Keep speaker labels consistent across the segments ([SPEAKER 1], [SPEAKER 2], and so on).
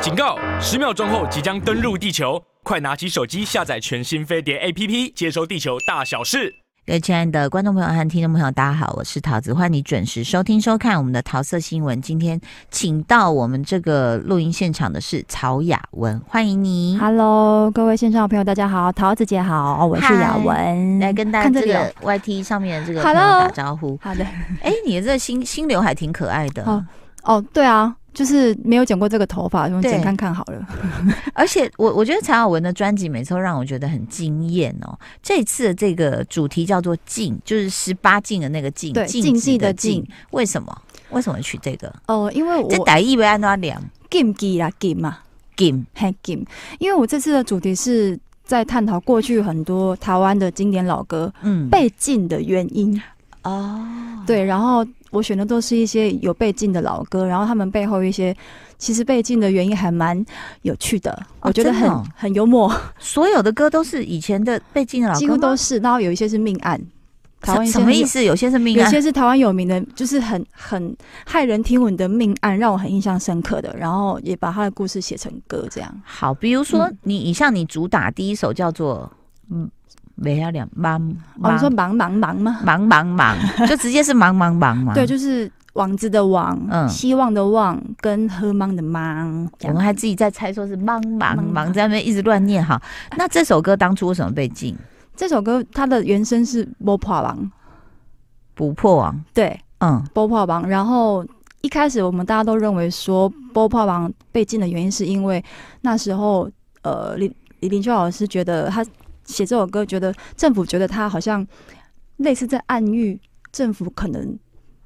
[SPEAKER 1] 警告！十秒钟后即将登陆地球，快拿起手机下载全新飞碟 APP，接收地球大小事。
[SPEAKER 2] 各位亲爱的观众朋友和听众朋友，大家好，我是桃子，欢迎你准时收听收看我们的桃色新闻。今天请到我们这个录音现场的是曹雅文，欢迎你。
[SPEAKER 3] Hello，各位线上的朋友，大家好，桃子姐好，哦我是雅文，
[SPEAKER 2] 来跟大家
[SPEAKER 3] 看这
[SPEAKER 2] 这
[SPEAKER 3] 里哦
[SPEAKER 2] 个 YT 上面的这个朋友
[SPEAKER 3] Hello
[SPEAKER 2] 打招呼。
[SPEAKER 3] 好的，
[SPEAKER 2] 哎、你的这新新刘海挺可爱的，
[SPEAKER 3] 哦哦，对啊，就是没有剪过这个头发，我们
[SPEAKER 2] 对
[SPEAKER 3] 剪看看好 了。
[SPEAKER 2] 而且我我觉得曹雅文的专辑每次都让我觉得很惊艳哦。这次的这个主题叫做“禁”，就是十八禁的那个“禁”，
[SPEAKER 3] 对
[SPEAKER 2] 禁
[SPEAKER 3] 禁
[SPEAKER 2] 忌
[SPEAKER 3] 忌
[SPEAKER 2] 的
[SPEAKER 3] 的
[SPEAKER 2] “禁
[SPEAKER 3] 禁”。
[SPEAKER 2] 为什么？为什么取这个？
[SPEAKER 3] 哦，因为
[SPEAKER 2] 这
[SPEAKER 3] 我
[SPEAKER 2] 歹意为安那两
[SPEAKER 3] game 机啦 game 嘛，
[SPEAKER 2] 禁
[SPEAKER 3] 嘿 game，因为我这次的主题是在探讨过去很多台湾的经典老歌
[SPEAKER 2] 嗯
[SPEAKER 3] 被禁的原因。
[SPEAKER 2] 哦，
[SPEAKER 3] 对，然后我选的都是一些有被禁的老歌，然后他们背后一些其实被禁的原因还蛮有趣的，我觉得
[SPEAKER 2] 真
[SPEAKER 3] 很、
[SPEAKER 2] 的哦
[SPEAKER 3] 很幽默，
[SPEAKER 2] 所有的歌都是以前的被禁的老歌吗，
[SPEAKER 3] 几乎都是，然后有一些是命案。台
[SPEAKER 2] 什
[SPEAKER 3] 湾一些
[SPEAKER 2] 什么
[SPEAKER 3] 很
[SPEAKER 2] 意
[SPEAKER 3] 有
[SPEAKER 2] 思？有些是命
[SPEAKER 3] 有
[SPEAKER 2] 案，
[SPEAKER 3] 些是台湾有名的，就是很很骇人听闻的命案，让我很印象深刻的。然后也把他的故事写成歌，这样。
[SPEAKER 2] 好，比如说
[SPEAKER 3] 嗯
[SPEAKER 2] 你，你像你主打第一首叫做嗯，没要两忙
[SPEAKER 3] 哦，
[SPEAKER 2] 忙
[SPEAKER 3] 你说忙忙忙吗？
[SPEAKER 2] 忙忙忙， 就直接是忙忙忙忙。
[SPEAKER 3] 对，就是王子的王，
[SPEAKER 2] 嗯
[SPEAKER 3] 希望的望，跟喝芒的芒。这
[SPEAKER 2] 我
[SPEAKER 3] 样
[SPEAKER 2] 们还自己在猜说是忙忙
[SPEAKER 3] 忙
[SPEAKER 2] 忙，
[SPEAKER 3] 忙
[SPEAKER 2] 在那边一直乱 念哈。那这首歌当初为什么被禁？
[SPEAKER 3] 这首歌它的原声是《波破王》，
[SPEAKER 2] 不破网，
[SPEAKER 3] 对，
[SPEAKER 2] 嗯
[SPEAKER 3] 《波破王》。然后一开始我们大家都认为说《波破王》被禁的原因是因为那时候呃李李林秋老师觉得他写这首歌，觉得政府觉得他好像类似在暗喻政府可能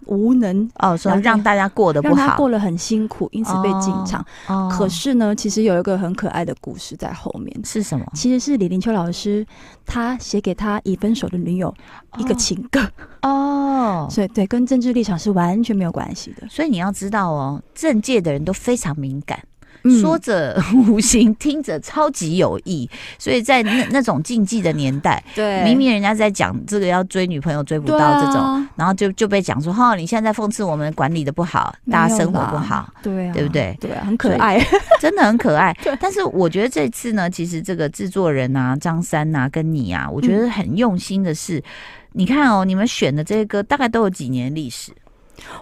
[SPEAKER 3] 无能，
[SPEAKER 2] 哦，说
[SPEAKER 3] 了解
[SPEAKER 2] 让大家过得不
[SPEAKER 3] 让他
[SPEAKER 2] 好，
[SPEAKER 3] 过得很辛苦，因此被禁唱。
[SPEAKER 2] 哦
[SPEAKER 3] 可是呢，其实有一个很可爱的故事在后面。
[SPEAKER 2] 是什么？
[SPEAKER 3] 其实是李林秋老师，他写给他已分手的女友一个情歌，
[SPEAKER 2] 哦。
[SPEAKER 3] 所以对，跟政治立场是完全没有关系的。
[SPEAKER 2] 所以你要知道哦，政界的人都非常敏感，
[SPEAKER 3] 嗯
[SPEAKER 2] 说者无心，听者超级有意。所以在那那种禁忌的年代，
[SPEAKER 3] 对
[SPEAKER 2] 明明人家在讲这个要追女朋友追不
[SPEAKER 3] 对
[SPEAKER 2] 到这种，
[SPEAKER 3] 啊
[SPEAKER 2] 然后就就被讲说，哈、你现在在讽刺我们管理的不好，大家生活不好，，
[SPEAKER 3] 没有啦对啊，
[SPEAKER 2] 对不对？
[SPEAKER 3] 对啊，很可爱。
[SPEAKER 2] 真的很可爱
[SPEAKER 3] 对。
[SPEAKER 2] 但是我觉得这次呢，其实这个制作人啊，张三啊，跟你啊，我觉得很用心的
[SPEAKER 3] 嗯
[SPEAKER 2] 是，你看哦，你们选的这些歌大概都有几年历史，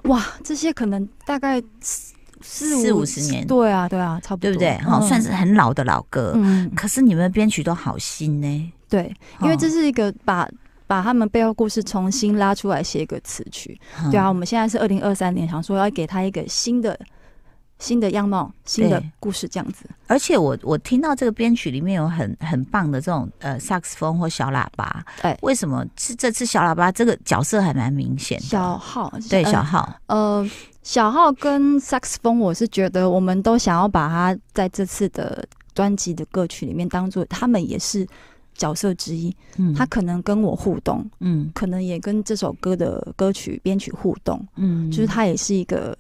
[SPEAKER 3] 哇，这些可能大概四
[SPEAKER 2] 四五十年，
[SPEAKER 3] 对啊，对啊，差不多，
[SPEAKER 2] 对不对？哈、
[SPEAKER 3] 嗯
[SPEAKER 2] 算是很老的老歌。
[SPEAKER 3] 嗯，
[SPEAKER 2] 可是你们编曲都好新呢、
[SPEAKER 3] 对，因为
[SPEAKER 2] 哦
[SPEAKER 3] 这是一个把。把他们背后故事重新拉出来写一个词曲，
[SPEAKER 2] 嗯
[SPEAKER 3] 对啊，我们现在是二零二三年，想说要给他一个新的、新的样貌、新的
[SPEAKER 2] 对
[SPEAKER 3] 故事这样子。
[SPEAKER 2] 而且我我听到这个编曲里面有很很棒的这种呃萨克斯风或小喇叭，
[SPEAKER 3] 哎
[SPEAKER 2] 为什么是这次小喇叭这个角色还蛮明显的？
[SPEAKER 3] 小号
[SPEAKER 2] 对
[SPEAKER 3] 呃
[SPEAKER 2] 小号，
[SPEAKER 3] 呃，小号跟萨克斯风，我是觉得我们都想要把它在这次的专辑的歌曲里面当做他们也是角色之一，
[SPEAKER 2] 嗯
[SPEAKER 3] 他可能跟我互动，
[SPEAKER 2] 嗯
[SPEAKER 3] 可能也跟这首歌的歌曲编曲互动，
[SPEAKER 2] 嗯
[SPEAKER 3] 就是他也是一个。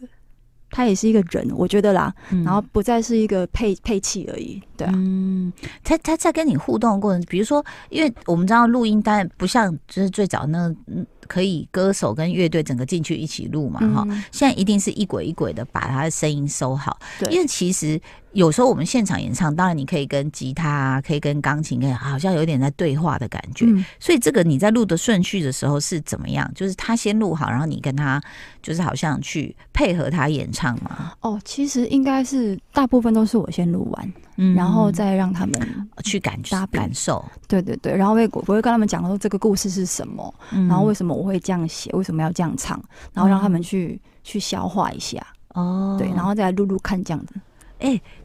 [SPEAKER 3] 他也是一个人，我觉得啦，
[SPEAKER 2] 嗯
[SPEAKER 3] 然后不再是一个配配器而已，对啊，
[SPEAKER 2] 嗯，他他在跟你互动的过程，比如说，因为我们知道录音当然不像就是最早那个嗯可以歌手跟乐队整个进去一起录嘛哈、
[SPEAKER 3] 嗯
[SPEAKER 2] 现在一定是一轨一轨的把他的声音收好，
[SPEAKER 3] 对
[SPEAKER 2] 因为其实有时候我们现场演唱，当然你可以跟吉他啊，可以跟钢琴，可以好像有点在对话的感觉。
[SPEAKER 3] 嗯
[SPEAKER 2] 所以这个你在录的顺序的时候是怎么样？就是他先录好，然后你跟他就是好像去配合他演唱嘛，
[SPEAKER 3] 哦，其实应该是大部分都是我先录完，
[SPEAKER 2] 嗯
[SPEAKER 3] 然后再让他们，
[SPEAKER 2] 去感
[SPEAKER 3] 搭配
[SPEAKER 2] 感受，
[SPEAKER 3] 对对对，然后我也我会跟他们讲说这个故事是什么，
[SPEAKER 2] 然
[SPEAKER 3] 嗯然后为什么我会这样写，为什么要这样唱，然后让他们
[SPEAKER 2] 嗯
[SPEAKER 3] 去、去消化一下，
[SPEAKER 2] 哦，
[SPEAKER 3] 对，然后再来录录看这样子。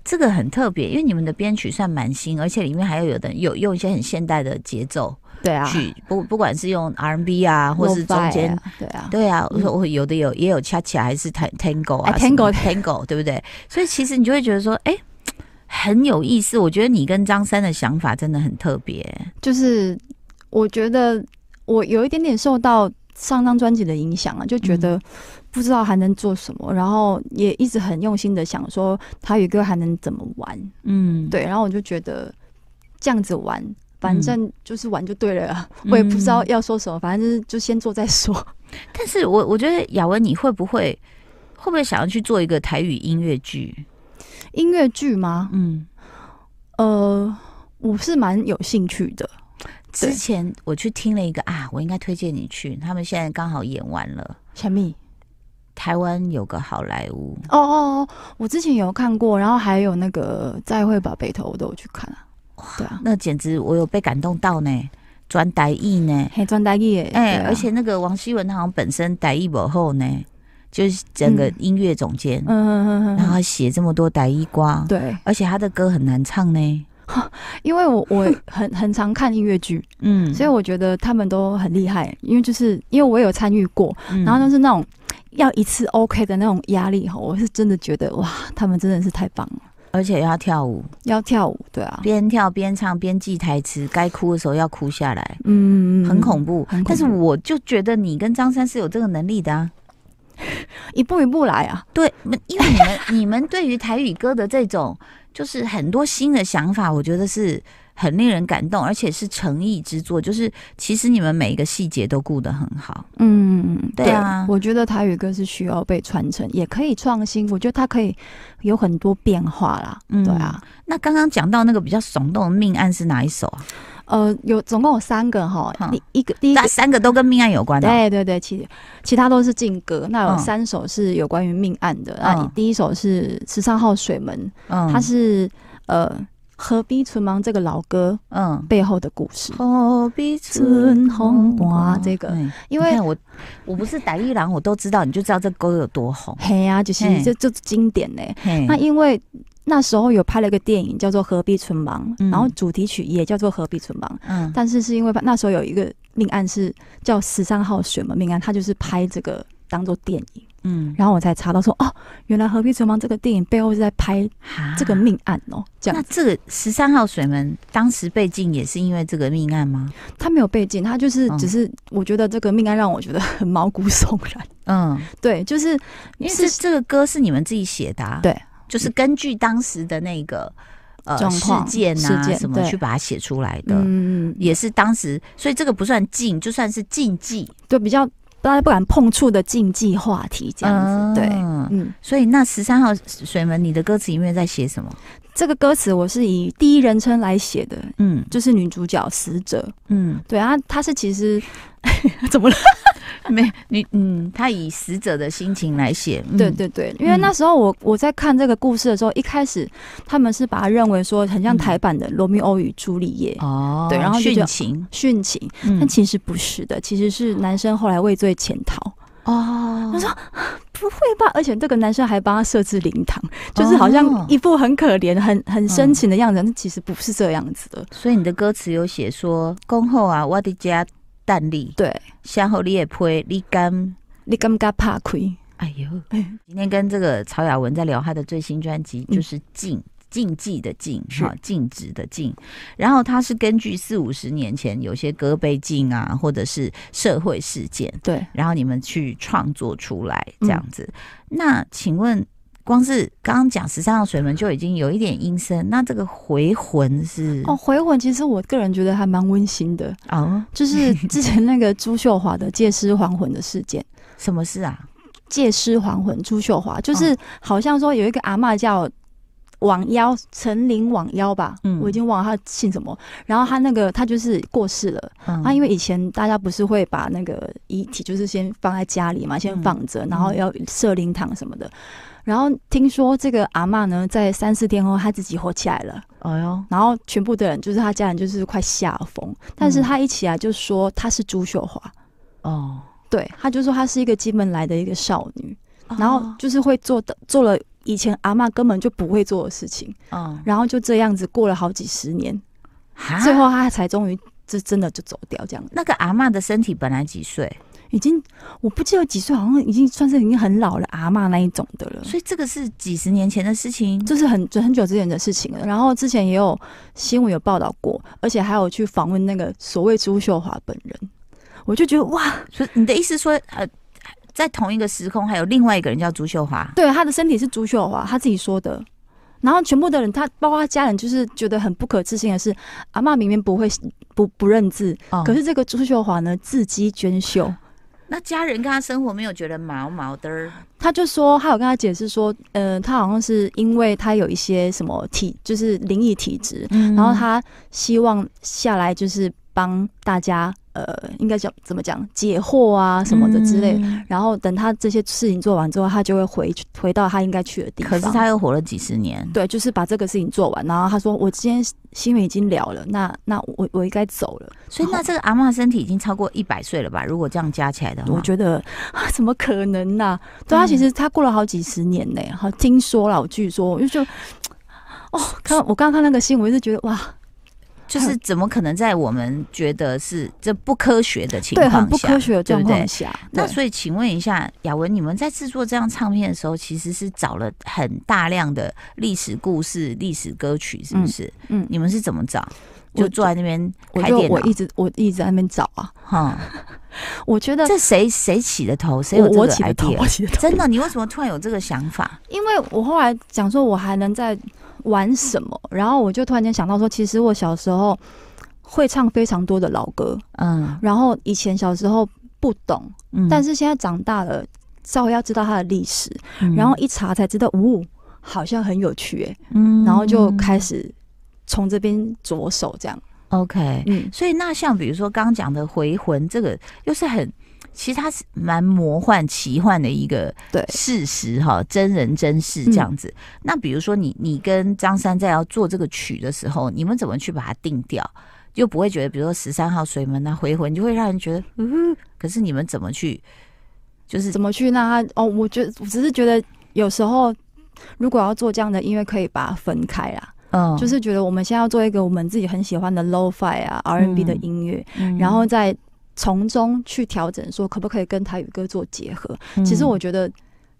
[SPEAKER 2] 这个很特别，因为你们的编曲算蛮新，而且里面还有有的有用一些很现代的节奏
[SPEAKER 3] 对啊，
[SPEAKER 2] 去，不不管是用 R&B 啊，或是
[SPEAKER 3] lo-fi
[SPEAKER 2] 中
[SPEAKER 3] 啊
[SPEAKER 2] 间。
[SPEAKER 3] 对啊，
[SPEAKER 2] 对啊，我
[SPEAKER 3] 嗯
[SPEAKER 2] 说我有的有也有恰恰还是 tan- tango 啊
[SPEAKER 3] 哎，tango
[SPEAKER 2] tango 对不对？所以其实你就会觉得说，哎，很有意思。我觉得你跟张三的想法真的很特别。
[SPEAKER 3] 就是我觉得我有一点点受到上张专辑的影响啊，就觉
[SPEAKER 2] 嗯
[SPEAKER 3] 得不知道还能做什么，然后也一直很用心的想说台语歌还能怎么玩，
[SPEAKER 2] 嗯，
[SPEAKER 3] 对，然后我就觉得这样子玩。反正就是玩就对了啊，我也不知
[SPEAKER 2] 嗯
[SPEAKER 3] 道要说什么，反正就是就先做再说。
[SPEAKER 2] 但是我我觉得雅文，你会不会会不会想要去做一个台语音乐剧？
[SPEAKER 3] 音乐剧吗？
[SPEAKER 2] 嗯，
[SPEAKER 3] 呃，我是蛮有兴趣的。
[SPEAKER 2] 之前我去听了一个啊，我应该推荐你去，他们现在刚好演完了。
[SPEAKER 3] 小蜜，
[SPEAKER 2] 台湾有个好莱坞，
[SPEAKER 3] 哦哦哦，我之前有看过，然后还有那个《再会吧，北投》我都有去看啊。对啊，
[SPEAKER 2] 那简直我有被感动到呢，转台译呢，
[SPEAKER 3] 黑专呆耶，
[SPEAKER 2] 哎、
[SPEAKER 3] 对啊
[SPEAKER 2] 而且那个王希文他好像本身台译幕后呢，就是整个
[SPEAKER 3] 嗯
[SPEAKER 2] 音乐总监，
[SPEAKER 3] 嗯嗯嗯
[SPEAKER 2] 然后
[SPEAKER 3] 嗯，
[SPEAKER 2] 他写这么多台译瓜，
[SPEAKER 3] 对，
[SPEAKER 2] 而且他的歌很难唱呢，
[SPEAKER 3] 因为我我很很常看音乐剧，
[SPEAKER 2] 嗯，
[SPEAKER 3] 所以我觉得他们都很厉害，因为就是因为我有参与过，
[SPEAKER 2] 嗯
[SPEAKER 3] 然后都是那种要一次 OK 的那种压力吼，我是真的觉得哇，他们真的是太棒了，
[SPEAKER 2] 而且要跳舞，
[SPEAKER 3] 要跳舞，对啊，
[SPEAKER 2] 边跳边唱边记台词，该哭的时候要哭下来，
[SPEAKER 3] 嗯，
[SPEAKER 2] 很恐怖。
[SPEAKER 3] 很恐怖
[SPEAKER 2] 但是我就觉得你跟张三是有这个能力的啊。
[SPEAKER 3] 一步一步来啊，
[SPEAKER 2] 对，因为你们你们对于台语歌的这种就是很多新的想法，我觉得是很令人感动，而且是诚意之作。就是其实你们每一个细节都顾得很好。
[SPEAKER 3] 嗯，
[SPEAKER 2] 对啊
[SPEAKER 3] 我觉得台语歌是需要被传承，也可以创新，我觉得它可以有很多变化啦，
[SPEAKER 2] 嗯
[SPEAKER 3] 对啊，
[SPEAKER 2] 那刚刚讲到那个比较耸动的命案是哪一首啊？
[SPEAKER 3] 呃，有总共有三个哈
[SPEAKER 2] 嗯，
[SPEAKER 3] 第一个第一个
[SPEAKER 2] 那三个都跟命案有关的、啊
[SPEAKER 3] 对对对，其其他都是禁歌，那有
[SPEAKER 2] 嗯
[SPEAKER 3] 三首是有关于命案的。那、
[SPEAKER 2] 嗯
[SPEAKER 3] 第一首是十三号水门，
[SPEAKER 2] 嗯
[SPEAKER 3] 它是呃何必存亡这个老歌
[SPEAKER 2] 嗯。
[SPEAKER 3] 背后的故事。
[SPEAKER 2] 何必
[SPEAKER 3] 春红花这个
[SPEAKER 2] 嗯
[SPEAKER 3] 因为
[SPEAKER 2] 你看我我不是打一郎，我都知道，你就知道这歌有多红。
[SPEAKER 3] 嘿呀、就是
[SPEAKER 2] 嘿
[SPEAKER 3] 这这经典呢、
[SPEAKER 2] 嘿
[SPEAKER 3] 那因为那时候有拍了一个电影叫做《何必存亡》，
[SPEAKER 2] 嗯
[SPEAKER 3] 然后主题曲也叫做《何必存亡》，
[SPEAKER 2] 嗯
[SPEAKER 3] 但是是因为那时候有一个命案是叫十三号水门命案，它就是拍这个当做电影，
[SPEAKER 2] 嗯，
[SPEAKER 3] 然后我才查到说哦，原来《何必存亡》这个电影背后是在拍
[SPEAKER 2] 哈
[SPEAKER 3] 这个命案哦，这
[SPEAKER 2] 那
[SPEAKER 3] 样
[SPEAKER 2] 这个十三号水门当时被禁也是因为这个命案吗？
[SPEAKER 3] 他没有被禁，他就是
[SPEAKER 2] 嗯
[SPEAKER 3] 只是我觉得这个命案让我觉得很毛骨悚然。
[SPEAKER 2] 嗯，
[SPEAKER 3] 对，就是
[SPEAKER 2] 因为
[SPEAKER 3] 是
[SPEAKER 2] 这这个歌是你们自己写的、啊，
[SPEAKER 3] 对，
[SPEAKER 2] 就是根据当时的那个呃
[SPEAKER 3] 状
[SPEAKER 2] 事
[SPEAKER 3] 况
[SPEAKER 2] 件啊
[SPEAKER 3] 事件
[SPEAKER 2] 什么
[SPEAKER 3] 对
[SPEAKER 2] 去把它写出来的。
[SPEAKER 3] 嗯，
[SPEAKER 2] 也是当时，所以这个不算禁，就算是禁忌
[SPEAKER 3] 对，比较大家不敢碰触的禁忌话题这样子。对，
[SPEAKER 2] 嗯
[SPEAKER 3] 嗯，
[SPEAKER 2] 所以那十三号水门，你的歌词里面在写什么？
[SPEAKER 3] 这个歌词我是以第一人称来写的，
[SPEAKER 2] 嗯
[SPEAKER 3] 就是女主角死者。
[SPEAKER 2] 嗯，
[SPEAKER 3] 对啊，她是其实怎么了？
[SPEAKER 2] 没你嗯，他以死者的心情来写，嗯
[SPEAKER 3] 对对对，因为那时候我我在看这个故事的时候，一开始他们是把它认为说很像台版的《罗密欧与朱丽叶》
[SPEAKER 2] 嗯哦，
[SPEAKER 3] 对然后就
[SPEAKER 2] 殉
[SPEAKER 3] 叫
[SPEAKER 2] 情，
[SPEAKER 3] 殉情，
[SPEAKER 2] 嗯
[SPEAKER 3] 但其实不是的，其实是男生后来畏罪潜逃，
[SPEAKER 2] 哦，
[SPEAKER 3] 他说不会吧？而且这个男生还帮他设置灵堂，就是好
[SPEAKER 2] 哦
[SPEAKER 3] 像一副很可怜、很很深情的样子，但其实不是这样子的。
[SPEAKER 2] 所以你的歌词有写说，恭候啊，我的家蛋力，
[SPEAKER 3] 对，
[SPEAKER 2] 向后你也配你甘。
[SPEAKER 3] 你敢不敢怕亏？
[SPEAKER 2] 哎 呦，今天跟这个曹雅文在聊她的最新专辑，
[SPEAKER 3] 嗯
[SPEAKER 2] 就是禁。禁忌的禁，
[SPEAKER 3] 是
[SPEAKER 2] 哈，禁止的禁。然后它是根据四五十年前有些歌被禁啊，或者是社会事件，
[SPEAKER 3] 对，
[SPEAKER 2] 然后你们去创作出来这样子。
[SPEAKER 3] 嗯
[SPEAKER 2] 那请问，光是刚刚讲十三号水门就已经有一点阴森，那这个回魂是
[SPEAKER 3] 哦，回魂其实我个人觉得还蛮温馨的，
[SPEAKER 2] 哦
[SPEAKER 3] 就是之前那个朱秀华的借尸还魂的事件。
[SPEAKER 2] 什么事啊？
[SPEAKER 3] 借尸还魂，朱秀华
[SPEAKER 2] 嗯
[SPEAKER 3] 就是好像说有一个阿嬷叫网妖陈林网妖吧，
[SPEAKER 2] 嗯
[SPEAKER 3] 我已经忘了她姓什么。然后她那个她就是过世了，
[SPEAKER 2] 嗯
[SPEAKER 3] 啊，因为以前大家不是会把那个遗体就是先放在家里嘛，
[SPEAKER 2] 嗯
[SPEAKER 3] 先放着，然后要设灵堂什么的。然后听说这个阿嬷呢，在三四天后她自己活起来了，
[SPEAKER 2] 哎呦，
[SPEAKER 3] 然后全部的人就是她家人就是快吓疯，但是
[SPEAKER 2] 嗯
[SPEAKER 3] 她一起来就说她是朱秀华，
[SPEAKER 2] 哦，
[SPEAKER 3] 对，她就说她是一个金门来的一个少女，
[SPEAKER 2] 哦
[SPEAKER 3] 然后就是会做的做了以前阿嬷根本就不会做的事情，
[SPEAKER 2] 哦，
[SPEAKER 3] 然后就这样子过了好几十年，
[SPEAKER 2] 哈
[SPEAKER 3] 最后她才终于就真的就走掉这样。
[SPEAKER 2] 那个阿嬷的身体本来几岁，
[SPEAKER 3] 已经我不记得几岁，好像已经算是已经很老了阿嬷那一种的了，
[SPEAKER 2] 所以这个是几十年前的事情。
[SPEAKER 3] 嗯这是很很久之前的事情了。然后之前也有新闻有报道过，而且还有去访问那个所谓朱秀华本人，我就觉得哇，
[SPEAKER 2] 所以你的意思说，呃，在同一个时空还有另外一个人叫朱秀华，
[SPEAKER 3] 对她的身体是朱秀华，她自己说的。然后全部的人，他包括他家人，就是觉得很不可置信的是，阿嬷明明不会不不认字，
[SPEAKER 2] 哦
[SPEAKER 3] 可是这个朱秀华呢，字迹娟秀，
[SPEAKER 2] 那家人跟他生活没有觉得毛毛的儿？
[SPEAKER 3] 他就说，他有跟他解释说，呃，他好像是因为他有一些什么体，就是灵异体质，
[SPEAKER 2] 嗯
[SPEAKER 3] 然后他希望下来就是帮大家，呃，应该叫怎么讲，解惑啊什么的之类的。
[SPEAKER 2] 嗯
[SPEAKER 3] 然后等他这些事情做完之后，他就会回去回到他应该去的地方。
[SPEAKER 2] 可是他又活了几十年，
[SPEAKER 3] 对，就是把这个事情做完，然后他说：“我今天心愿已经了了，那那我我应该走了。
[SPEAKER 2] 所以那这个阿嬷身体已经超过一百岁了吧？如果这样加起来的话，
[SPEAKER 3] 我觉得啊，怎么可能呢、对
[SPEAKER 2] 嗯
[SPEAKER 3] 啊他其实他过了好几十年呢、好听说了，我据说，我就就哦，看我刚刚看那个新闻，我就觉得哇，
[SPEAKER 2] 就是怎么可能在我们觉得是这不科学的情
[SPEAKER 3] 对，
[SPEAKER 2] 况下，
[SPEAKER 3] 很不科学的
[SPEAKER 2] 对
[SPEAKER 3] 状
[SPEAKER 2] 不
[SPEAKER 3] 况
[SPEAKER 2] 对？
[SPEAKER 3] 下，
[SPEAKER 2] 那
[SPEAKER 3] 对
[SPEAKER 2] 所以，请问一下，雅文，你们在制作这张唱片的时候，其实是找了很大量的历史故事、历史歌曲，是不是？
[SPEAKER 3] 嗯，
[SPEAKER 2] 你们是怎么找？
[SPEAKER 3] 我
[SPEAKER 2] 就坐在那边
[SPEAKER 3] 我
[SPEAKER 2] 开
[SPEAKER 3] 就
[SPEAKER 2] 电脑
[SPEAKER 3] 我，一直我一直在那边找啊，
[SPEAKER 2] 哈、
[SPEAKER 3] 我觉得
[SPEAKER 2] 这谁谁起的头？谁有
[SPEAKER 3] 我
[SPEAKER 2] 这
[SPEAKER 3] 我
[SPEAKER 2] 个
[SPEAKER 3] 起的头，
[SPEAKER 2] idea？
[SPEAKER 3] 我起的头，
[SPEAKER 2] 真的，你为什么突然有这个想法？
[SPEAKER 3] 因为我后来讲说，我还能在玩什么，然后我就突然间想到说，其实我小时候会唱非常多的老歌，
[SPEAKER 2] 嗯
[SPEAKER 3] 然后以前小时候不懂，
[SPEAKER 2] 嗯
[SPEAKER 3] 但是现在长大了，稍微要知道它的历史，
[SPEAKER 2] 嗯
[SPEAKER 3] 然后一查才知道，呜、好像很有趣耶，
[SPEAKER 2] 嗯
[SPEAKER 3] 然后就开始从这边着手这样，
[SPEAKER 2] OK。
[SPEAKER 3] 嗯，
[SPEAKER 2] 所以那像比如说刚刚讲的回魂，这个又是很，其实它是蛮魔幻、奇幻的一个
[SPEAKER 3] 对
[SPEAKER 2] 事实哈，真人真事这样子。那比如说你你跟张三在要做这个曲的时候，你们怎么去把它定调？就不会觉得，比如说十三号水门啊、回魂，就会让人觉得，嗯，可是你们怎么去，就是
[SPEAKER 3] 怎么去让它？哦，我觉得我只是觉得有时候。如果要做这样的音乐，可以把它分开啦。
[SPEAKER 2] 嗯
[SPEAKER 3] 就是觉得我们现在要做一个我们自己很喜欢的 lo-fi 啊、R&B 的
[SPEAKER 2] 嗯
[SPEAKER 3] 音乐，
[SPEAKER 2] 嗯
[SPEAKER 3] 然后再从中去调整，说可不可以跟台语歌做结合。其实我觉得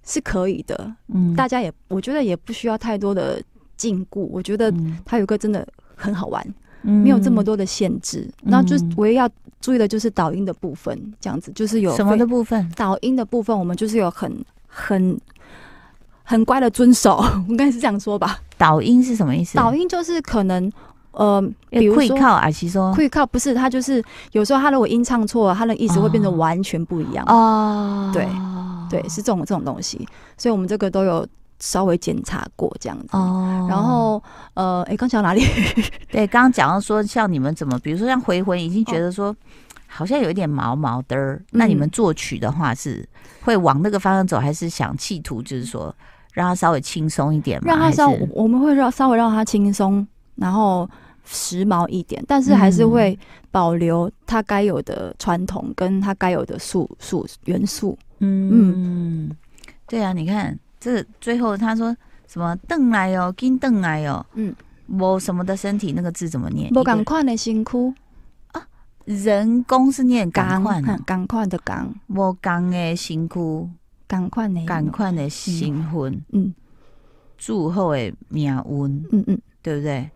[SPEAKER 3] 是可以的，
[SPEAKER 2] 嗯
[SPEAKER 3] 大家也我觉得也不需要太多的禁锢。我觉得
[SPEAKER 2] 嗯
[SPEAKER 3] 台语歌真的很好玩，
[SPEAKER 2] 嗯
[SPEAKER 3] 没有这么多的限制。
[SPEAKER 2] 嗯
[SPEAKER 3] 那就是唯一要注意的就是导音的部分，这样子就是有
[SPEAKER 2] 什么的部分，
[SPEAKER 3] 导音的部分，我们就是有很很。很乖的遵守， 我应该是这样说吧。
[SPEAKER 2] 导音是什么意思？
[SPEAKER 3] 导音就是可能，呃，
[SPEAKER 2] 要
[SPEAKER 3] 比如
[SPEAKER 2] 跪
[SPEAKER 3] 说
[SPEAKER 2] 靠啊，其实说
[SPEAKER 3] 会靠不是，他就是有时候他如果音唱错了，他的意思会变得
[SPEAKER 2] 哦
[SPEAKER 3] 完全不一样。
[SPEAKER 2] 哦，
[SPEAKER 3] 对对，是这种这种东西，所以我们这个都有稍微检查过这样子。
[SPEAKER 2] 哦，
[SPEAKER 3] 然后呃，哎，刚讲哪里？
[SPEAKER 2] 对，刚刚讲到说，像你们怎么，比如说像回魂，已经觉得
[SPEAKER 3] 哦
[SPEAKER 2] 说、好像有一点毛毛的
[SPEAKER 3] 嗯
[SPEAKER 2] 儿，那你们作曲的话是会往那个方向走，还是想企图就是说让它稍微轻松一点嘛？
[SPEAKER 3] 让他稍
[SPEAKER 2] 还是
[SPEAKER 3] 我们会让稍微让他轻松，然后时髦一点，但是还是
[SPEAKER 2] 嗯
[SPEAKER 3] 会保留他该有的传统跟他该有的素素元素。
[SPEAKER 2] 嗯嗯，对啊，你看这最后他说什么邓来哦，金邓来哦，
[SPEAKER 3] 嗯，
[SPEAKER 2] 我什么的身体那个字怎么念？
[SPEAKER 3] 不
[SPEAKER 2] 一个
[SPEAKER 3] 赶快的辛苦，
[SPEAKER 2] 人工是念赶快，
[SPEAKER 3] 赶赶快的赶，
[SPEAKER 2] 我刚的辛苦，
[SPEAKER 3] 赶快的
[SPEAKER 2] 赶，快的新婚，
[SPEAKER 3] 嗯
[SPEAKER 2] 祝后的命运。
[SPEAKER 3] 嗯嗯，
[SPEAKER 2] 对不对？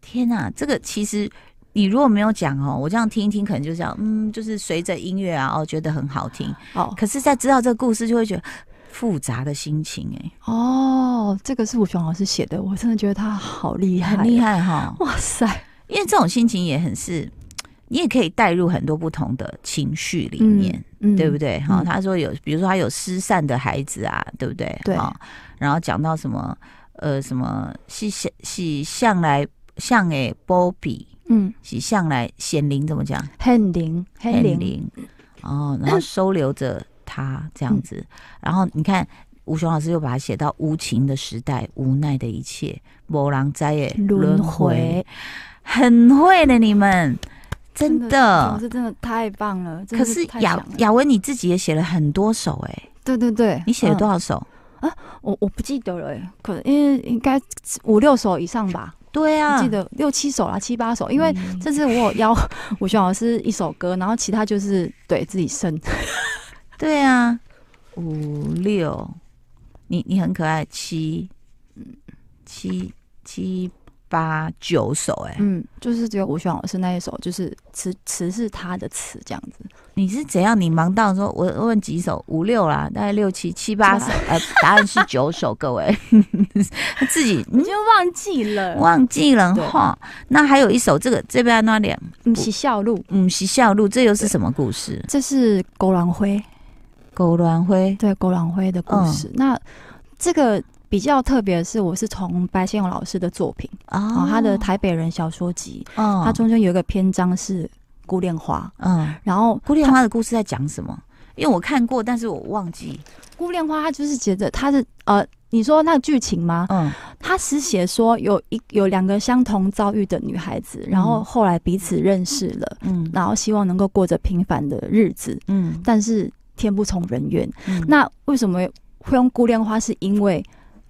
[SPEAKER 2] 天哪，这个其实你如果没有讲哦，我这样听一听，可能就这样，嗯，就是随着音乐啊，哦，觉得很好听。
[SPEAKER 3] 哦
[SPEAKER 2] 可是，在知道这个故事，就会觉得复杂的心情、
[SPEAKER 3] 哦，这个是吴雄老师写的，我真的觉得他好厉
[SPEAKER 2] 哎，
[SPEAKER 3] 害，
[SPEAKER 2] 很厉，害哈、
[SPEAKER 3] 哇塞，
[SPEAKER 2] 因为这种心情也很是，你也可以带入很多不同的情绪里面。
[SPEAKER 3] 嗯
[SPEAKER 2] 对不？对？哈、
[SPEAKER 3] 嗯
[SPEAKER 2] 他说有，比如说他有失散的孩子啊，对不对？
[SPEAKER 3] 对
[SPEAKER 2] 哈然后讲到什么，呃，什么是向是向来向诶波比，
[SPEAKER 3] 嗯。
[SPEAKER 2] 是向来显灵怎么讲？
[SPEAKER 3] 很灵，很
[SPEAKER 2] 零
[SPEAKER 3] 灵，
[SPEAKER 2] 零，哦，然后收留着他这样子，
[SPEAKER 3] 嗯
[SPEAKER 2] 然后你看吴雄老师又把它写到无情的时代，无奈的一切，魔狼灾耶
[SPEAKER 3] 轮回，，
[SPEAKER 2] 很会的你们，真
[SPEAKER 3] 真
[SPEAKER 2] 的。
[SPEAKER 3] 是真的太棒了。真
[SPEAKER 2] 嗯可
[SPEAKER 3] 的
[SPEAKER 2] 是
[SPEAKER 3] 太
[SPEAKER 2] 雅
[SPEAKER 3] 强了
[SPEAKER 2] 雅文你自己也写了很多首哎、
[SPEAKER 3] 对对对，
[SPEAKER 2] 你写了多
[SPEAKER 3] 嗯？
[SPEAKER 2] 少首？
[SPEAKER 3] 我我不记得了欸，可能因为应该五六首以上吧，
[SPEAKER 2] 对啊，
[SPEAKER 3] 我记得六七首啦，七八首。因为这次我有邀我选老师一首歌，然后其他就是对自己生。
[SPEAKER 2] 对啊，五六，你你很可爱，七，七七八九首哎、
[SPEAKER 3] 嗯，就是只有我选老师那一首，就是词词是他的词这样子，
[SPEAKER 2] 你是怎样？你忙到说，我问几首，五六啦，大概六七七八首，呃， 答案是九首，各位 自己
[SPEAKER 3] 你就忘记了，
[SPEAKER 2] 忘记了
[SPEAKER 3] 对
[SPEAKER 2] 哈。那还有一首，这个这边那两，
[SPEAKER 3] 嗯，是笑路，
[SPEAKER 2] 嗯，是笑路，这又是什么故事？
[SPEAKER 3] 这是狗卵灰，
[SPEAKER 2] 狗鸾灰，
[SPEAKER 3] 对狗卵灰的故
[SPEAKER 2] 嗯
[SPEAKER 3] 事。那这个比较特别的是，我是从白先勇老师的作品，
[SPEAKER 2] 哦
[SPEAKER 3] 哦，嗯他的，台北人小说集，
[SPEAKER 2] 哦
[SPEAKER 3] 它中间有一个篇章是孤恋花，
[SPEAKER 2] 嗯，
[SPEAKER 3] 然后
[SPEAKER 2] 孤恋花的故事在讲什么？因为我看过，但是我忘记。
[SPEAKER 3] 孤恋花它就是觉得它是呃，你说那个剧情吗？
[SPEAKER 2] 嗯，
[SPEAKER 3] 它是写说有一有两个相同遭遇的女孩子，然后
[SPEAKER 2] 嗯
[SPEAKER 3] 后来彼此认识了，
[SPEAKER 2] 嗯
[SPEAKER 3] 然后希望能够过着平凡的日子，
[SPEAKER 2] 嗯，
[SPEAKER 3] 但是天不从人愿。
[SPEAKER 2] 嗯
[SPEAKER 3] 那为什么会用孤恋花？是因为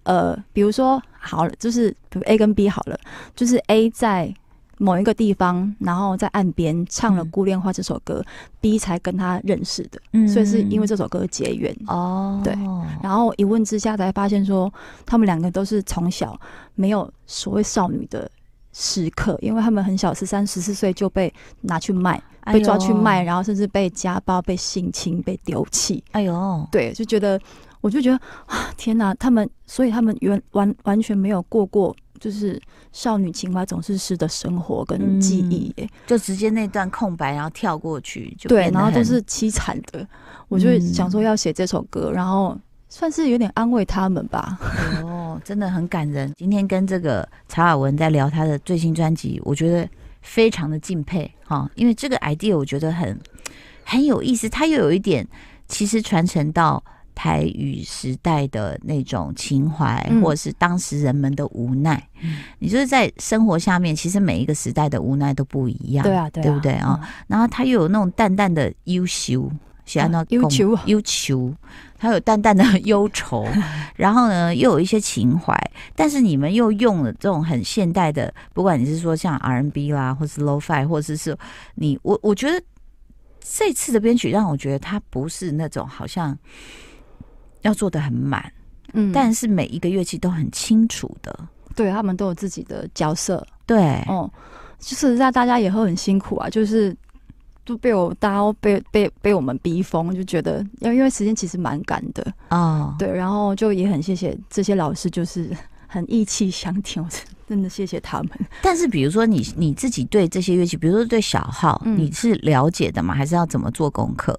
[SPEAKER 3] 呃，比如说好了，就是比如 A 跟 B 好了，就是 A 在某一个地方，然后在岸边唱了
[SPEAKER 2] 嗯
[SPEAKER 3] 《孤恋花》这首歌、b 才跟他认识的，所以是
[SPEAKER 2] 嗯
[SPEAKER 3] 因为这首歌结缘。
[SPEAKER 2] 哦，
[SPEAKER 3] 对然后一问之下才发现说，他们两个都是从小没有所谓少女的。时刻，因为他们很小，十三、十四岁就被拿去卖，
[SPEAKER 2] 哎呦
[SPEAKER 3] 被抓去卖，，然后甚至被家暴、被性侵、被丢弃。
[SPEAKER 2] 哎呦，
[SPEAKER 3] 对，就觉得，我就觉得啊，天哪，他们，所以他们原完完全没有过过就是少女情怀总是诗的生活
[SPEAKER 2] 嗯
[SPEAKER 3] 跟记忆耶，
[SPEAKER 2] 就直接那段空白，然后跳过去，就
[SPEAKER 3] 对，
[SPEAKER 2] 变得
[SPEAKER 3] 然后都
[SPEAKER 2] 很
[SPEAKER 3] 是凄惨的，我就想说
[SPEAKER 2] 嗯
[SPEAKER 3] 要写这首歌，然后算是有点安慰他们吧，
[SPEAKER 2] 哦，真的很感人。今天跟这个查尔文在聊他的最新专辑，我觉得非常的敬佩哈、因为这个 idea 我觉得很很有意思，它又有一点其实传承到台语时代的那种情怀，
[SPEAKER 3] 嗯
[SPEAKER 2] 或者是当时人们的无奈。你就是在生活下面，其实每一个时代的无奈都不一样，
[SPEAKER 3] 对啊，啊，
[SPEAKER 2] 对不对啊、然后它又有那种淡淡的忧愁，喜欢那
[SPEAKER 3] 啊忧愁
[SPEAKER 2] 忧愁，它有淡淡的忧 愁，然后呢又有一些情怀，但是你们又用了这种很现代的，不管你是说像 R&B 啦，或是 Lo-Fi，或者是你我我觉得这次的编曲让我觉得它不是那种好像要做的很满，
[SPEAKER 3] 嗯，嗯
[SPEAKER 2] 但是每一个乐器都很清楚的，
[SPEAKER 3] 对他们都有自己的角色，
[SPEAKER 2] 对，
[SPEAKER 3] 哦、就是让大家也会很辛苦啊，就是。都被我大家都被被被我们逼疯，就觉得，因为因为时间其实蛮赶的，
[SPEAKER 2] 哦，
[SPEAKER 3] 对，然后就也很谢谢这些老师，就是很意气相挺，我真真的谢谢他们。
[SPEAKER 2] 但是，比如说你你自己对这些乐器，比如说对小号，
[SPEAKER 3] 嗯
[SPEAKER 2] 你是了解的吗？还是要怎么做功课？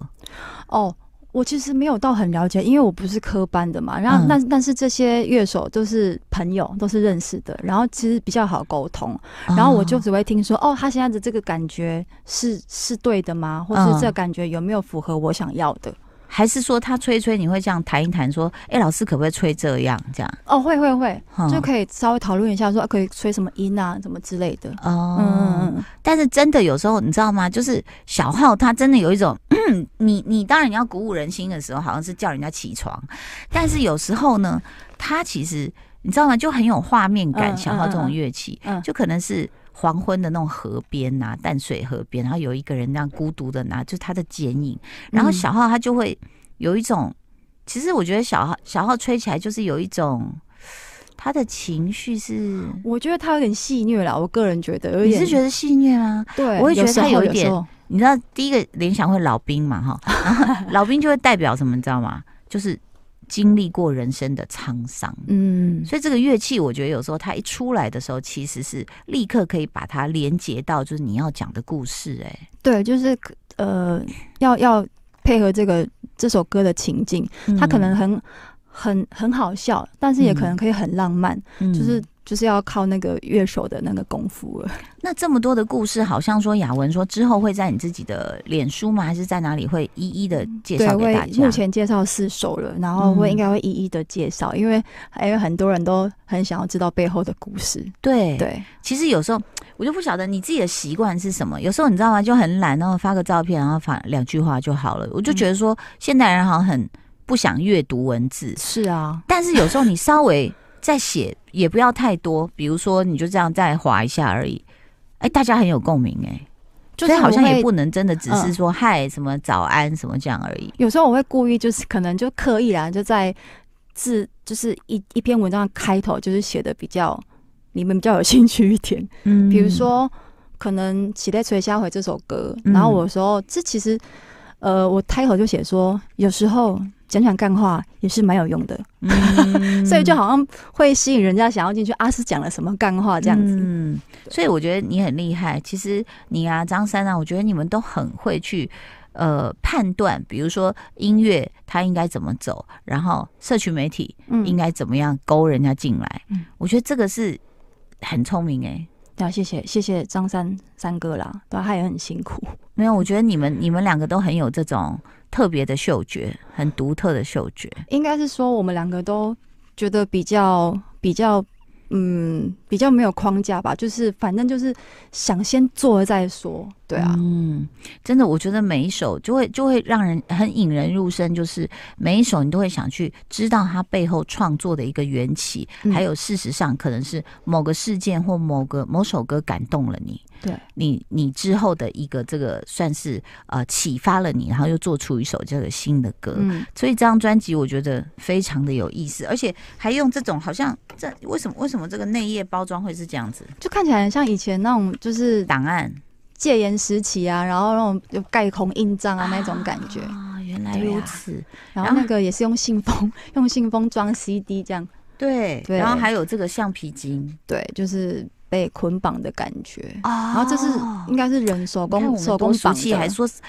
[SPEAKER 3] 哦，我其实没有到很了解，因为我不是科班的嘛。然后
[SPEAKER 2] 嗯，
[SPEAKER 3] 但、但是这些乐手都是朋友，都是认识的，然后其实比较好沟通。然后我就
[SPEAKER 2] 哦
[SPEAKER 3] 只会听说，哦，他现在的这个感觉是是对的吗？或是
[SPEAKER 2] 嗯
[SPEAKER 3] 这个感觉有没有符合我想要的？
[SPEAKER 2] 还是说他吹一吹，你会这样弹一弹，说，哎、老师可不可以吹这样这样？
[SPEAKER 3] 哦，会会会，
[SPEAKER 2] 哼
[SPEAKER 3] 就可以稍微讨论一下说，啊可以吹什么音啊，什么之类的。
[SPEAKER 2] 哦，
[SPEAKER 3] 嗯嗯嗯，
[SPEAKER 2] 但是真的有时候你知道吗？就是小号它真的有一种， 你你当然你要鼓舞人心的时候，好像是叫人家起床，但是有时候呢，它其实你知道吗？就很有画面感。
[SPEAKER 3] 嗯
[SPEAKER 2] 小号这
[SPEAKER 3] 嗯
[SPEAKER 2] 种
[SPEAKER 3] 嗯
[SPEAKER 2] 乐器，
[SPEAKER 3] 嗯
[SPEAKER 2] 就可能是。黄昏的那种河边呐、淡水河边，啊然后有一个人那样孤独的拿，就是他的剪影。然后
[SPEAKER 3] 嗯
[SPEAKER 2] 小号它就会有一种，其实我觉得小号小号吹起来就是有一种，他的情绪是，
[SPEAKER 3] 我觉得他有点戏虐了，我个人觉得有
[SPEAKER 2] 你
[SPEAKER 3] 点。
[SPEAKER 2] 是觉得戏虐吗？
[SPEAKER 3] 对，
[SPEAKER 2] 我会觉得
[SPEAKER 3] 时
[SPEAKER 2] 他
[SPEAKER 3] 候
[SPEAKER 2] 有一
[SPEAKER 3] 时
[SPEAKER 2] 点
[SPEAKER 3] 候
[SPEAKER 2] 你知道第一个联想会老兵嘛哈， 然后老兵就会代表什么，你知道吗？就是经历过人生的沧桑。
[SPEAKER 3] 嗯，
[SPEAKER 2] 所以这个乐器，我觉得有时候它一出来的时候，其实是立刻可以把它连接到就是你要讲的故事、哎，
[SPEAKER 3] 对，就是呃，要要配合这个这首歌的情境，嗯
[SPEAKER 2] 嗯
[SPEAKER 3] 它可能很很很好笑，但是也可能可以很浪漫，
[SPEAKER 2] 嗯
[SPEAKER 3] 就是就是要靠那个乐手的那个功夫了。
[SPEAKER 2] 那这么多的故事，好像说雅文说之后会在你自己的脸书吗？还是在哪里会一一的介
[SPEAKER 3] 对，
[SPEAKER 2] 绍给
[SPEAKER 3] 会
[SPEAKER 2] 大家？
[SPEAKER 3] 目前介绍四首了，然后会
[SPEAKER 2] 嗯
[SPEAKER 3] 应该会一一的介绍，因为因为很多人都很想要知道背后的故事。
[SPEAKER 2] 对
[SPEAKER 3] 对，
[SPEAKER 2] 其实有时候我就不晓得你自己的习惯是什么，有时候你知道吗？就很懒，然后发个照片，然后发两句话就好了。我就觉得说，现代人好像很不想阅读文字，
[SPEAKER 3] 是啊，
[SPEAKER 2] 但是有时候你稍微再写，也不要太多，比如说你就这样再划一下而已。哎，大家很有共鸣哎、
[SPEAKER 3] 就
[SPEAKER 2] 所
[SPEAKER 3] 是
[SPEAKER 2] 以好像
[SPEAKER 3] 我
[SPEAKER 2] 也
[SPEAKER 3] 会嗯
[SPEAKER 2] 不能真的只是说嗨、什么早安什么这样而已。
[SPEAKER 3] 有时候我会故意就是可能就刻意啦，就在字就是一一篇文章的开头就是写的比较你们比较有兴趣一点，
[SPEAKER 2] 嗯
[SPEAKER 3] 比如说可能《期待垂下回》这首歌，
[SPEAKER 2] 嗯
[SPEAKER 3] 然后我有时候这其实。呃，我开头就写说，有时候讲讲干话也是蛮有用的，
[SPEAKER 2] 嗯
[SPEAKER 3] 所以就好像会吸引人家想要进去。阿、啊、是讲了什么干话这样子？
[SPEAKER 2] 嗯，所以我觉得你很厉害。其实你啊，张三啊，我觉得你们都很会去呃判断，比如说音乐它应该怎么走，然后社群媒体
[SPEAKER 3] 嗯
[SPEAKER 2] 应该怎么样勾人家进来。
[SPEAKER 3] 嗯
[SPEAKER 2] 我觉得这个是很聪明哎、
[SPEAKER 3] 对啊，谢谢谢谢张三三哥啦，对、啊，他也很辛苦。
[SPEAKER 2] 没有，我觉得你们你们两个都很有这种特别的嗅觉，很独特的嗅觉。
[SPEAKER 3] 应该是说我们两个都觉得比较比较，嗯，比较没有框架吧，就是反正就是想先做了再说，对啊，
[SPEAKER 2] 嗯，真的，我觉得每一首就会就会让人很引人入胜，就是每一首你都会想去知道它背后创作的一个缘起，
[SPEAKER 3] 嗯
[SPEAKER 2] 还有事实上可能是某个事件或某个某首歌感动了你，
[SPEAKER 3] 对
[SPEAKER 2] 你你之后的一个这个算是呃启发了你，然后又做出一首这个新的歌，
[SPEAKER 3] 嗯，
[SPEAKER 2] 所以这张专辑我觉得非常的有意思，而且还用这种好像这为什么为什么这个内页包装会是这样子？
[SPEAKER 3] 就看起来很像以前那种就是
[SPEAKER 2] 档案
[SPEAKER 3] 戒严时期啊，然后那种有盖红印章啊那种感觉，
[SPEAKER 2] 啊，原来
[SPEAKER 3] 对啊
[SPEAKER 2] 如此。
[SPEAKER 3] 然后那个也是用信封 用信封装 CD 这样，
[SPEAKER 2] 对，
[SPEAKER 3] 对
[SPEAKER 2] 然后还有这个橡皮筋，
[SPEAKER 3] 对，就是被捆绑的感觉。
[SPEAKER 2] 哦、
[SPEAKER 3] 然后这是应该是人手
[SPEAKER 2] 你看
[SPEAKER 3] 工
[SPEAKER 2] 我
[SPEAKER 3] 手
[SPEAKER 2] 们
[SPEAKER 3] 工
[SPEAKER 2] 工俗
[SPEAKER 3] 绑
[SPEAKER 2] 气还
[SPEAKER 3] 的，
[SPEAKER 2] 说是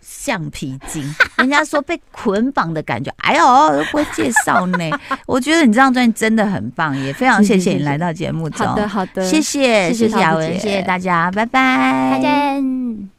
[SPEAKER 2] 橡皮筋， 人家说被捆绑的感觉，哎呦，都不会介绍 呢。我觉得你这张专辑真的很棒，也非常
[SPEAKER 3] 是
[SPEAKER 2] 谢
[SPEAKER 3] 是
[SPEAKER 2] 谢
[SPEAKER 3] 是
[SPEAKER 2] 你来到节目中，
[SPEAKER 3] 好的好的，
[SPEAKER 2] 谢谢
[SPEAKER 3] 谢谢
[SPEAKER 2] 谢谢雅
[SPEAKER 3] 桃子
[SPEAKER 2] 文，
[SPEAKER 3] 姐
[SPEAKER 2] 谢谢大家，拜拜，
[SPEAKER 3] 再见。